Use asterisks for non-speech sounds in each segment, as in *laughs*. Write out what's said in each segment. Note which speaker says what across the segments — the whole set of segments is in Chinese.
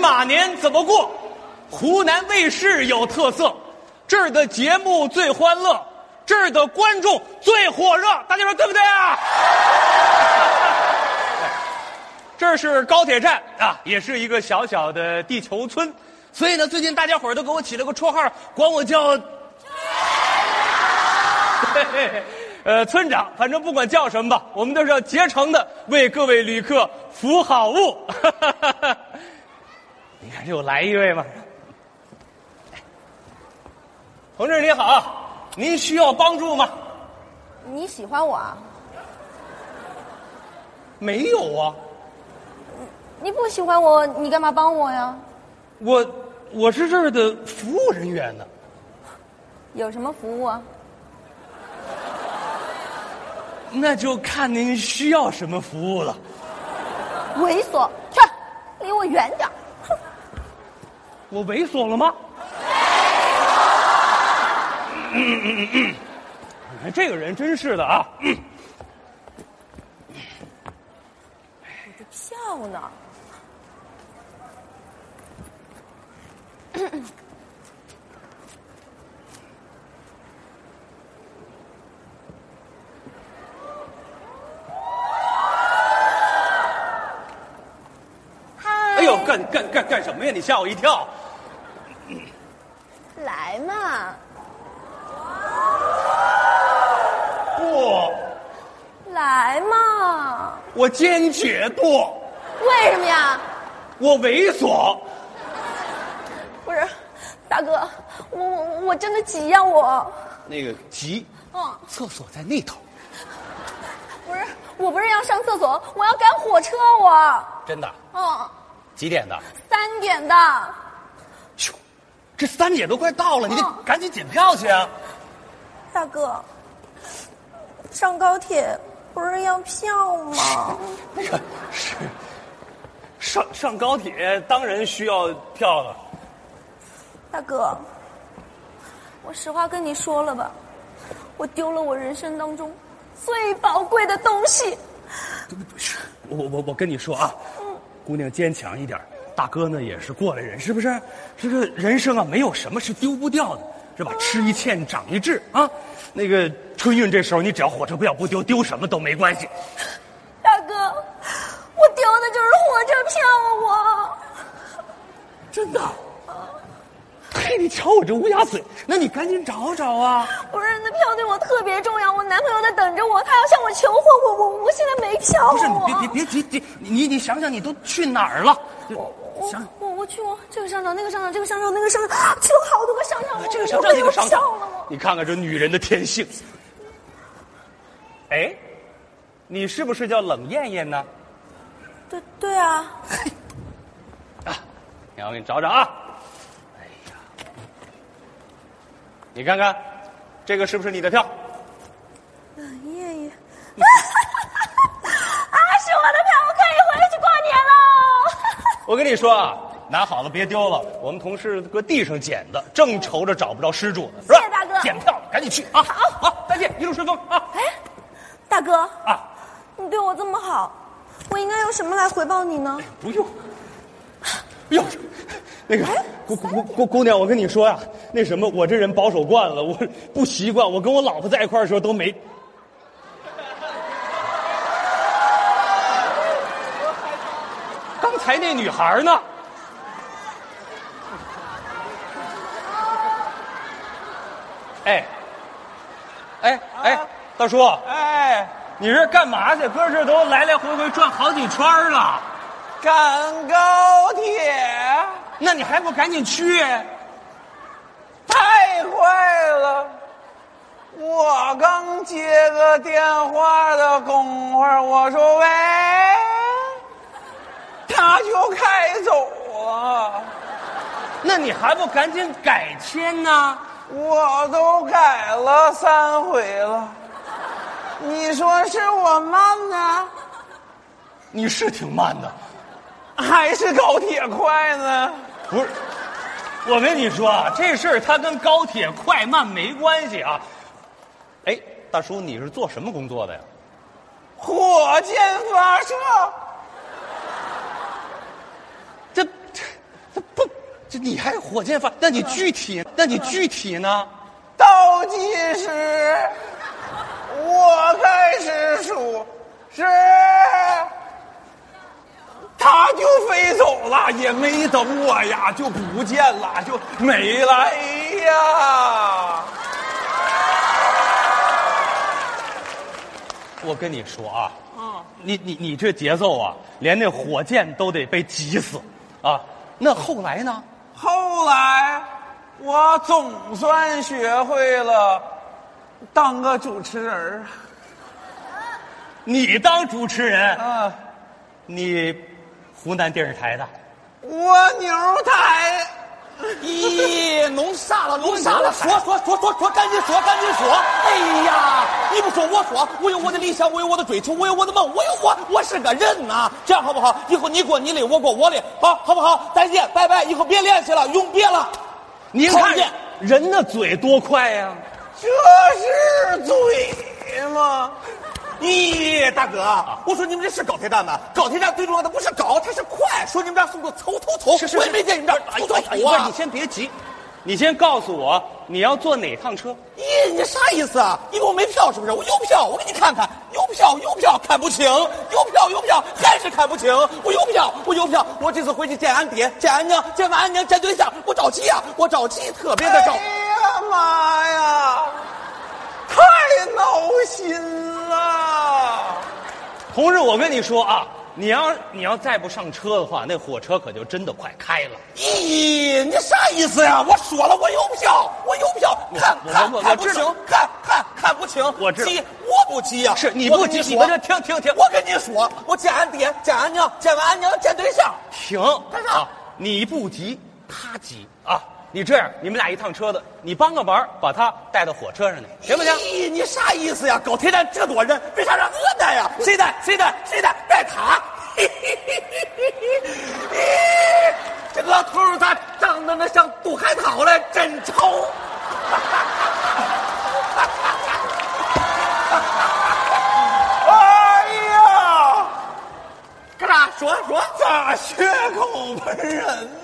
Speaker 1: 把年怎么过？湖南卫视有特色，这儿的节目最欢乐，这儿的观众最火热，大家说对不对啊？ *laughs* 这是高铁站啊，也是一个小小的地球村，所以呢，最近大家伙儿都给我起了个绰号，管我叫， *laughs* 呃，村长，反正不管叫什么吧，我们都是要竭诚的为各位旅客服好 *laughs* 务。你看这又来一位嘛，哎同志你好，您需要帮助吗？
Speaker 2: 你喜欢我啊？
Speaker 1: 没有啊，
Speaker 2: 你不喜欢我，你干嘛帮我呀？
Speaker 1: 我我是这儿的服务人员呢。
Speaker 2: 有什么服务啊？
Speaker 1: 那就看您需要什么服务了。
Speaker 2: 猥琐，去，离我远点儿。
Speaker 1: 我猥琐了吗？嗯嗯嗯嗯，这个人真是的啊！
Speaker 2: 你的票呢？
Speaker 1: 哎呦，干干干干什么呀？你吓我一跳！
Speaker 2: 来嘛，
Speaker 1: 不，
Speaker 2: 来嘛！
Speaker 1: 我坚决不，
Speaker 2: 为什么呀？
Speaker 1: 我猥琐。
Speaker 2: 不是，大哥，我我我真的急呀、我。
Speaker 1: 那个急，
Speaker 2: 嗯，
Speaker 1: 厕所在那头，
Speaker 2: 不是，我不是要上厕所，我要赶火车，我。
Speaker 1: 真的？
Speaker 2: 嗯，
Speaker 1: 几点的？
Speaker 2: 三点的。
Speaker 1: 咻，这三点都快到了，你得
Speaker 2: 嗯
Speaker 1: 赶紧检票去啊！
Speaker 2: 大哥，上高铁不是要票吗？
Speaker 1: 那个是上上高铁当然需要票了。
Speaker 2: 大哥，我实话跟你说了吧，我丢了我人生当中最宝贵的东西。
Speaker 1: 我我我跟你说啊，姑娘坚强一点儿，大哥呢也是过来人，是不是？这个人生啊，没有什么是丢不掉的，是吧？吃一堑长一智啊。那个春运这时候，你只要火车票不丢，丢什么都没关系。
Speaker 2: 大哥，我丢的就是火车票啊！
Speaker 1: 真的？嘿，哎你瞧我这乌鸦嘴，那你赶紧找找啊！
Speaker 2: 我不是那票对我特别重要，我男朋友在等着我，他要向我求婚，我我我现在没票啊！
Speaker 1: 不是你别别别急急，你你你想想你都去哪儿了？
Speaker 2: 我
Speaker 1: 想
Speaker 2: 我我去过这个商场，那个商场，这个商场，那个商场，啊去了好多个商场，我
Speaker 1: 这个商场那个商场
Speaker 2: 我没有票了我，
Speaker 1: 你看看这女人的天性。哎，你是不是叫冷艳艳呢？
Speaker 2: 对对啊，
Speaker 1: 让我给你找找啊！哎呀，你看看，这个是不是你的票？
Speaker 2: 叶叶，嗯 *laughs* 啊，是我的票，我可以回去过年喽。
Speaker 1: 我跟你说啊，拿好了别丢了，我们同事搁地上捡的，正愁着找不着失主呢，是吧？
Speaker 2: 谢谢大哥
Speaker 1: 捡票了，赶紧去啊！好，好，再见，一路顺风啊！
Speaker 2: *laughs* 大哥，
Speaker 1: 啊，
Speaker 2: 你对我这么好，我应该用什么来回报你呢？
Speaker 1: 不用。哟，那个姑姑姑姑娘，我跟你说呀、那什么，我这人保守惯了，我不习惯。我跟我老婆在一块儿的时候都没。刚才那女孩呢？哎，哎哎，大叔，
Speaker 3: 哎，
Speaker 1: 你这干嘛去？哥这都来来回回转好几圈儿了。
Speaker 3: 赶高铁
Speaker 1: 那你还不赶紧去？
Speaker 3: 太快了！我刚接个电话的功夫儿，我说喂，他就开走了，
Speaker 1: 那你还不赶紧改签呢？
Speaker 3: 我都改了三回了，你说是我慢呢，
Speaker 1: 你是挺慢的，
Speaker 3: 还是高铁快呢？
Speaker 1: 不是？我跟你说啊，这事儿它跟高铁快慢没关系啊。哎，大叔，你是做什么工作的呀？
Speaker 3: 火箭发射。
Speaker 1: 这这这不不，这你还火箭发？那你具体，那你具体呢？
Speaker 3: 倒计时，我开始数，是，他就飞走了，也没等我呀，就不见了，就没了。哎呀，
Speaker 1: 我跟你说啊，
Speaker 3: 嗯，
Speaker 1: 你你你这节奏啊，连那火箭都得被急死，啊，那后来呢？
Speaker 3: 后来我总算学会了当个主持人儿
Speaker 1: 你当主持人，
Speaker 3: 啊，
Speaker 1: 你湖南电视台的，
Speaker 3: 蜗牛台。
Speaker 4: 咦，弄啥了？弄啥了？说说说说说，赶紧说，赶紧说！哎呀，你不说我说，我有我的理想，我有我的追求，我有我的梦，我有我，我是个人呐、这样好不好？以后你过你的，我过我的，好，好不好？再见，拜拜，以后别联系了，永别了。
Speaker 1: 您
Speaker 4: 讨
Speaker 1: 看
Speaker 4: 厌
Speaker 1: 人的嘴多快呀、
Speaker 3: 这是嘴吗？
Speaker 4: 咦，大哥，我说你们这是高铁站吗？高铁站最重要的不是高，它是快。说你们这速度嗖嗖嗖，我也没见你们这嗖嗖
Speaker 1: 哎
Speaker 4: 嗖
Speaker 1: 呀，
Speaker 4: 啊
Speaker 1: 你！先别急，你先告诉我你要坐哪趟车？
Speaker 4: 咦，你啥意思啊？你给我没票是不是？我有票，我给你看看，有票有票看不清，有票有票还是看不清。我有票，我有票，我这次回去见俺爹、见俺娘、见完俺娘见对象，我着急呀、我着急，特别的着
Speaker 3: 哎。呀妈呀，太闹
Speaker 1: 哎
Speaker 3: 心
Speaker 1: 啊
Speaker 3: 了！
Speaker 1: 同志，我跟你说啊，你要你要再不上车的话，那火车可就真的快开了。
Speaker 4: 咦，你啥意思呀、我说了，我有票，我有票，看
Speaker 1: 我
Speaker 4: 看
Speaker 1: 我我
Speaker 4: 看不
Speaker 1: 知道
Speaker 4: 清，看看看不清。
Speaker 1: 我知道
Speaker 4: 急，我不急呀、
Speaker 1: 是你
Speaker 4: 我
Speaker 1: 不
Speaker 4: 跟
Speaker 1: 急，
Speaker 4: 说
Speaker 1: 你们这停停停，
Speaker 4: 我跟你说，我见俺爹、见俺娘、见完俺娘见对象。
Speaker 1: 停
Speaker 4: 干啥
Speaker 1: 啊！你不急，他急啊！你这样，你们俩一趟车的，你帮个忙，把他带到火车上去，行不行？
Speaker 4: 咦，你啥意思呀？高铁站这多人，为啥让我带呀？谁带？谁带？谁带？带 *laughs* 他！嘿嘿嘿嘿嘿嘿咦，这老头儿咋长得那像杜海涛了？真丑！ *laughs*
Speaker 3: 哎呀，
Speaker 4: 干啥？说说，
Speaker 3: 咋血口喷人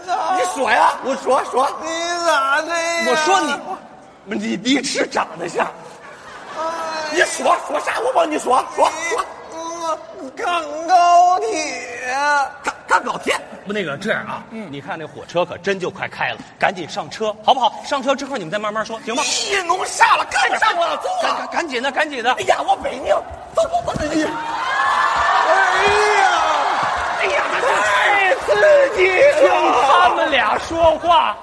Speaker 3: 呢、
Speaker 4: 你说呀！我说说，
Speaker 3: 你咋这样？
Speaker 1: 我说
Speaker 4: 哎
Speaker 1: 你，你你是长得像，
Speaker 4: 哎你说说啥？我帮你说说
Speaker 1: *laughs*
Speaker 4: 说。
Speaker 3: 你赶高铁，
Speaker 4: 赶赶高铁，
Speaker 1: 那个这样啊，
Speaker 4: 嗯
Speaker 1: 你看那火车可真就快开了，赶紧上车好不好？上车之后你们再慢慢说，行吗？
Speaker 4: 咦，弄啥了？干啥了？走
Speaker 1: 赶
Speaker 4: 啊
Speaker 1: 赶！赶紧的，赶紧的
Speaker 4: 哎！呀，我背你，走走走！哎呀，
Speaker 3: 哎呀，
Speaker 4: 哎
Speaker 1: *laughs*
Speaker 4: 呀，
Speaker 3: 太刺激
Speaker 1: 听
Speaker 3: 了！
Speaker 1: 他们俩说话，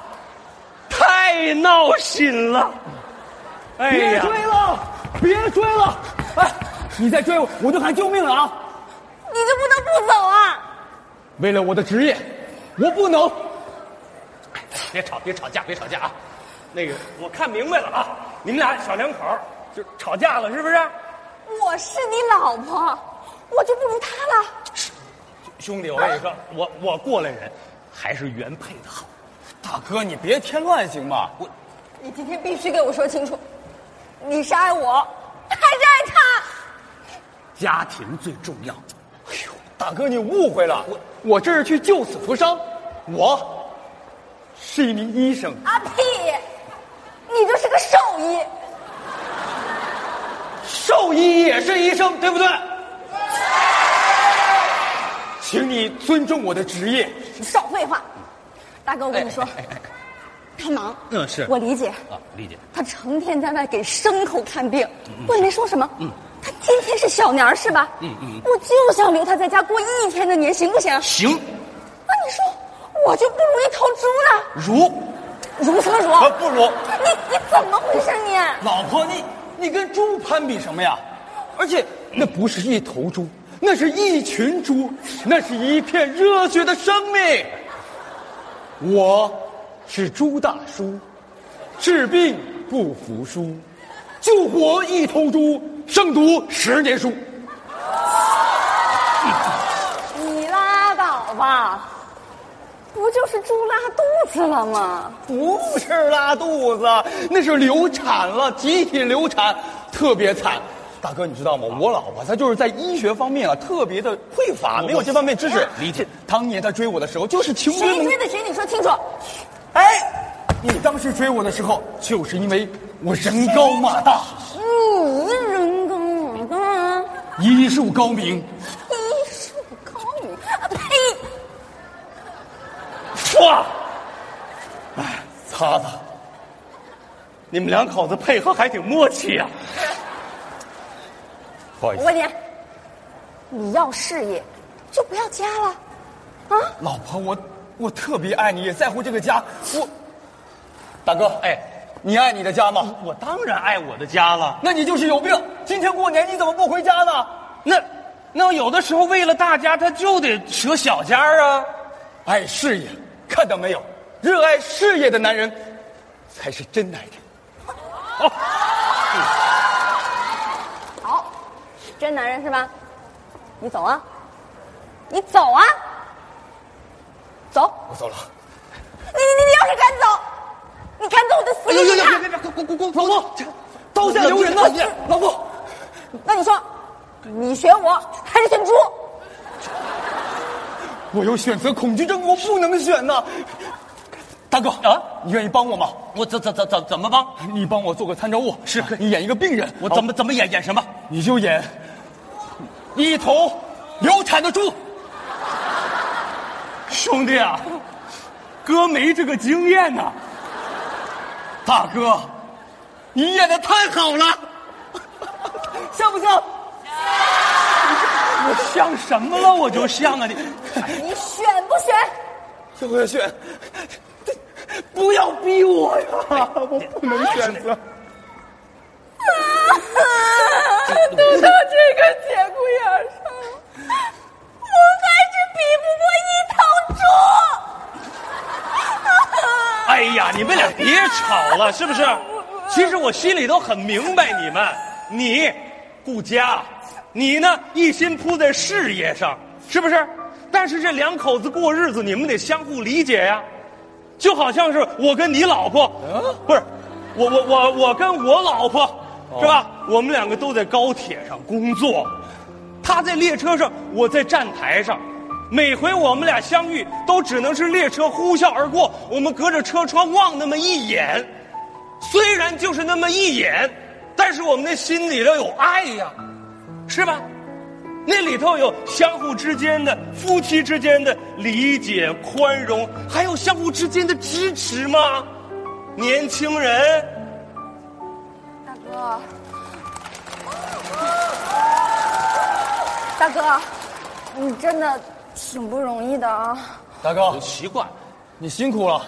Speaker 1: 太闹心了。哎
Speaker 5: 别
Speaker 1: 呀，
Speaker 5: 追了，别追了！哎，你再追我，我就喊救命了啊！
Speaker 2: 你就不能不走啊？
Speaker 5: 为了我的职业，我不能。
Speaker 1: 哎别吵，别吵架，别吵架啊！那个，我看明白了啊，你们俩小两口儿就吵架了，是不是？
Speaker 2: 我是你老婆，我就不如他了。
Speaker 1: 兄弟，我跟你说，我我过来人，还是原配的好。
Speaker 5: 大哥，你别添乱行吗？
Speaker 2: 你今天必须给我说清楚，你是爱我还是爱他？
Speaker 1: 家庭最重要。
Speaker 5: 哎大哥，你误会了，我我这是去救死扶伤，我是一名医生。
Speaker 2: 啊屁！你就是个兽医，
Speaker 5: 兽医也是医生，对不对？请你尊重我的职业。
Speaker 2: 你少废话。大哥，我跟你说，他忙，
Speaker 1: 嗯，是
Speaker 2: 我理解，
Speaker 1: 啊，理解。
Speaker 2: 他成天在外给牲口看病，我也没说什么。他今天是小年儿是吧？嗯嗯，我就想留他在家过一天的年，行不行？
Speaker 1: 行，
Speaker 2: 那你说，我就不如一头猪呢？
Speaker 1: 如
Speaker 2: 如什么如？
Speaker 1: 哦
Speaker 5: 啊，不如
Speaker 2: 你你怎么回事你？
Speaker 5: 老婆，你你跟猪攀比什么呀？而且那不是一头猪，那是一群猪，那是一片热血的生命。我是猪大叔，治病不服输，救活一头猪，胜读十年书。
Speaker 2: 你拉倒吧，不就是猪拉肚子了吗？
Speaker 5: 不是拉肚子，那是流产了，集体流产，特别惨。大哥，你知道吗？我老婆她就是在医学方面啊特别的匮乏，没有这方面知识。理解。当年她追我的时候，就是穷追
Speaker 2: 谁
Speaker 5: 猛
Speaker 2: 追的谁？你说清楚。
Speaker 5: 哎，你当时追我的时候，就是因为我人高马大，
Speaker 2: 你人高马大，
Speaker 5: 医术高明。
Speaker 2: 医术高明，啊呸！
Speaker 5: 哇！哎，擦擦，你们两口子配合还挺默契啊。不好意
Speaker 2: 我，问你，你要事业，就不要家了，啊？
Speaker 5: 老婆，我我特别爱你，也在乎这个家。我，大哥，哎，你爱你的家吗？
Speaker 1: 我当然爱我的家了。
Speaker 5: 那你就是有病。今天过年你怎么不回家呢？
Speaker 1: 那那有的时候为了大家，他就得舍小家啊。
Speaker 5: 爱事业，哎看到没有？热爱事业的男人，才是真男人。
Speaker 2: 好，真男人是吧？你走啊，你走啊，走！
Speaker 5: 我走了。
Speaker 2: 你你你要是敢走，你敢走我就死
Speaker 5: 哎
Speaker 2: 给你看！
Speaker 5: 别别，滚滚滚！老婆，刀下留人呢！老婆，
Speaker 2: 啊那你说，你选我还是选猪？
Speaker 5: 我有选择恐惧症，我不能选呐。大哥啊，你愿意帮我吗？
Speaker 1: 我怎怎怎怎怎么帮？
Speaker 5: 你帮我做个参照物，是你演一个病人，
Speaker 1: 我怎么怎么演演什么？
Speaker 5: 你就演一头流产的猪。
Speaker 1: 兄弟啊，哥没这个经验呐、
Speaker 5: 大哥，你演的太好了，像不像？
Speaker 1: 我像什么了？我就像啊你。
Speaker 2: 你选不选？
Speaker 5: 要不要选？不要逼我呀！ *laughs* 我不能选择。
Speaker 2: 都到这个节骨眼儿上了，我还是比不过一头猪。
Speaker 1: 哎呀，你们俩别吵了，是不是？其实我心里都很明白你们，你顾家，你呢一心扑在事业上，是不是？但是这两口子过日子，你们得相互理解呀。就好像是我跟你老婆，不是，我我我我跟我老婆，是吧？我们两个都在高铁上工作，他在列车上，我在站台上。每回我们俩相遇，都只能是列车呼啸而过，我们隔着车窗望那么一眼。虽然就是那么一眼，但是我们的心里头有爱呀，是吧？那里头有相互之间的、夫妻之间的理解、宽容，还有相互之间的支持吗？年轻人，
Speaker 2: 大哥，大哥，你真的挺不容易的啊！
Speaker 5: 大哥，
Speaker 1: 奇怪，
Speaker 5: 你辛苦了，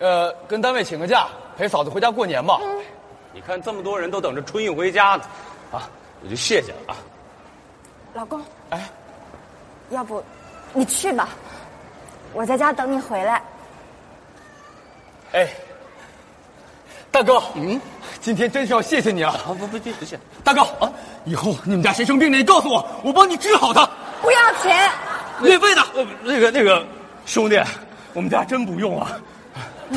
Speaker 5: 呃，跟单位请个假，陪嫂子回家过年吧。
Speaker 1: 你看这么多人都等着春运回家呢，啊，我就谢谢了啊。
Speaker 2: 老公，
Speaker 5: 哎，
Speaker 2: 要不你去吧，我在家等你回来。
Speaker 5: 哎，大哥，嗯，今天真是要谢谢你了，
Speaker 1: 啊不不不不谢，
Speaker 5: 大哥啊！以后你们家谁生病了，你告诉我，我帮你治好他，
Speaker 2: 不要钱，
Speaker 5: 免费的。
Speaker 1: 呃，那个那个，兄弟，我们家真不用啊，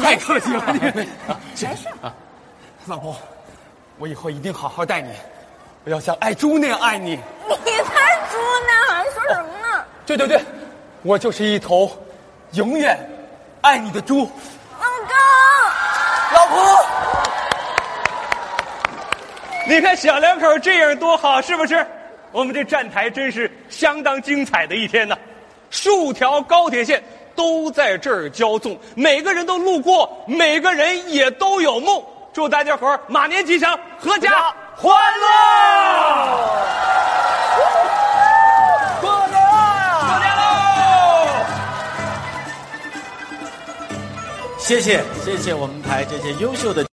Speaker 5: 太客气了，你啊
Speaker 2: 没事。
Speaker 5: 老婆，我以后一定好好待你，我要像爱猪那样爱你。
Speaker 2: 你才猪呢，说什么呢？
Speaker 5: 对对对，我就是一头永远爱你的猪。
Speaker 2: 老公，
Speaker 5: 老婆，
Speaker 1: 你看小两口这样多好，是不是？我们这站台真是相当精彩的一天呐！数条高铁线都在这儿交纵，每个人都路过，每个人也都有梦。祝大家伙儿马年吉祥，阖家欢乐！
Speaker 5: 过年啦！过年喽！
Speaker 6: 谢谢谢谢我们台这些优秀的。